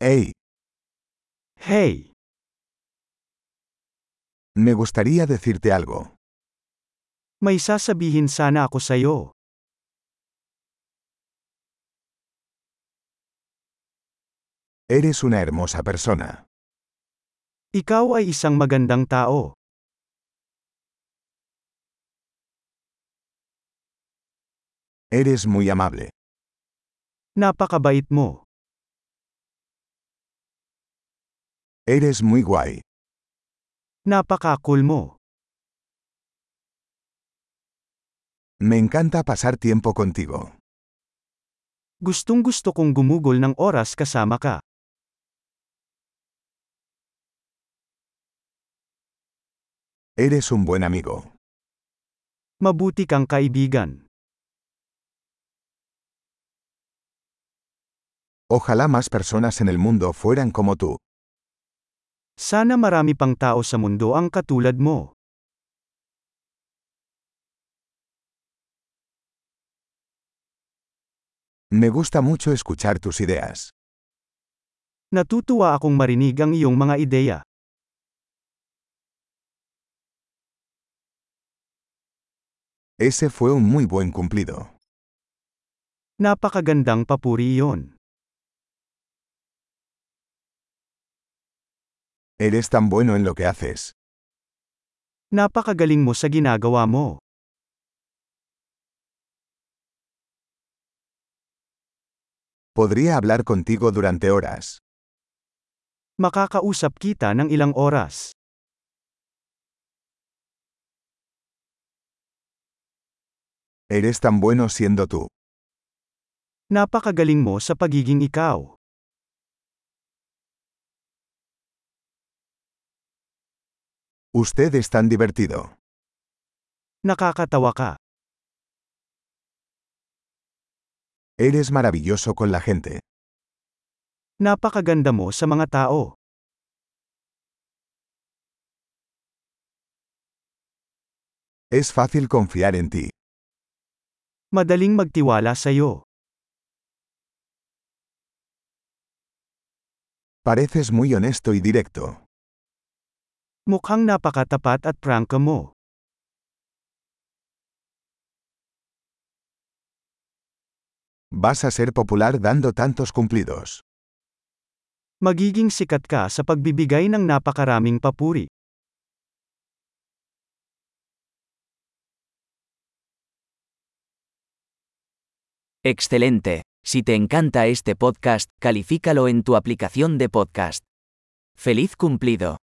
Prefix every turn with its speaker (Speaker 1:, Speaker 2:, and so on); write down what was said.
Speaker 1: Hey,
Speaker 2: Hey,
Speaker 1: me gustaría decirte algo.
Speaker 2: may sasabihin sana ako sa'yo.
Speaker 1: Eres una hermosa persona.
Speaker 2: Ikaw ay isang magandang tao.
Speaker 1: Eres muy amable.
Speaker 2: Napakabait mo.
Speaker 1: Eres muy guay.
Speaker 2: Napaka-cool mo.
Speaker 1: Me encanta pasar tiempo contigo.
Speaker 2: Gustong gusto kong gumugol ng oras kasama ka.
Speaker 1: Eres un buen amigo.
Speaker 2: Mabuti kang kaibigan.
Speaker 1: Ojalá más personas en el mundo fueran como tú.
Speaker 2: Sana marami pang tao sa mundo ang katulad mo.
Speaker 1: Me gusta mucho escuchar tus ideas.
Speaker 2: Natutuwa akong marinig ang iyong mga ideya.
Speaker 1: Ese fue un muy buen cumplido.
Speaker 2: Napakagandang papuri iyon.
Speaker 1: Eres tan bueno en lo que haces.
Speaker 2: Napakagaling mo sa ginagawa mo.
Speaker 1: Podría hablar contigo durante horas.
Speaker 2: Makakausap kita ng ilang oras.
Speaker 1: Eres tan bueno siendo tú.
Speaker 2: Napakagaling mo sa pagiging ikaw.
Speaker 1: Usted es tan divertido.
Speaker 2: Nakakatawa ka.
Speaker 1: Eres maravilloso con la gente.
Speaker 2: Napakaganda mo sa mga tao.
Speaker 1: Es fácil confiar en ti.
Speaker 2: Madaling magtiwala sa iyo.
Speaker 1: Pareces muy honesto y directo.
Speaker 2: Mukhang napakatapat at prangka mo.
Speaker 1: Vas a ser popular dando tantos cumplidos.
Speaker 2: Magiging sikat ka sa pagbibigay ng napakaraming papuri.
Speaker 3: Excelente. Si te encanta este podcast, califícalo en tu aplicación de podcast. ¡Feliz cumplido!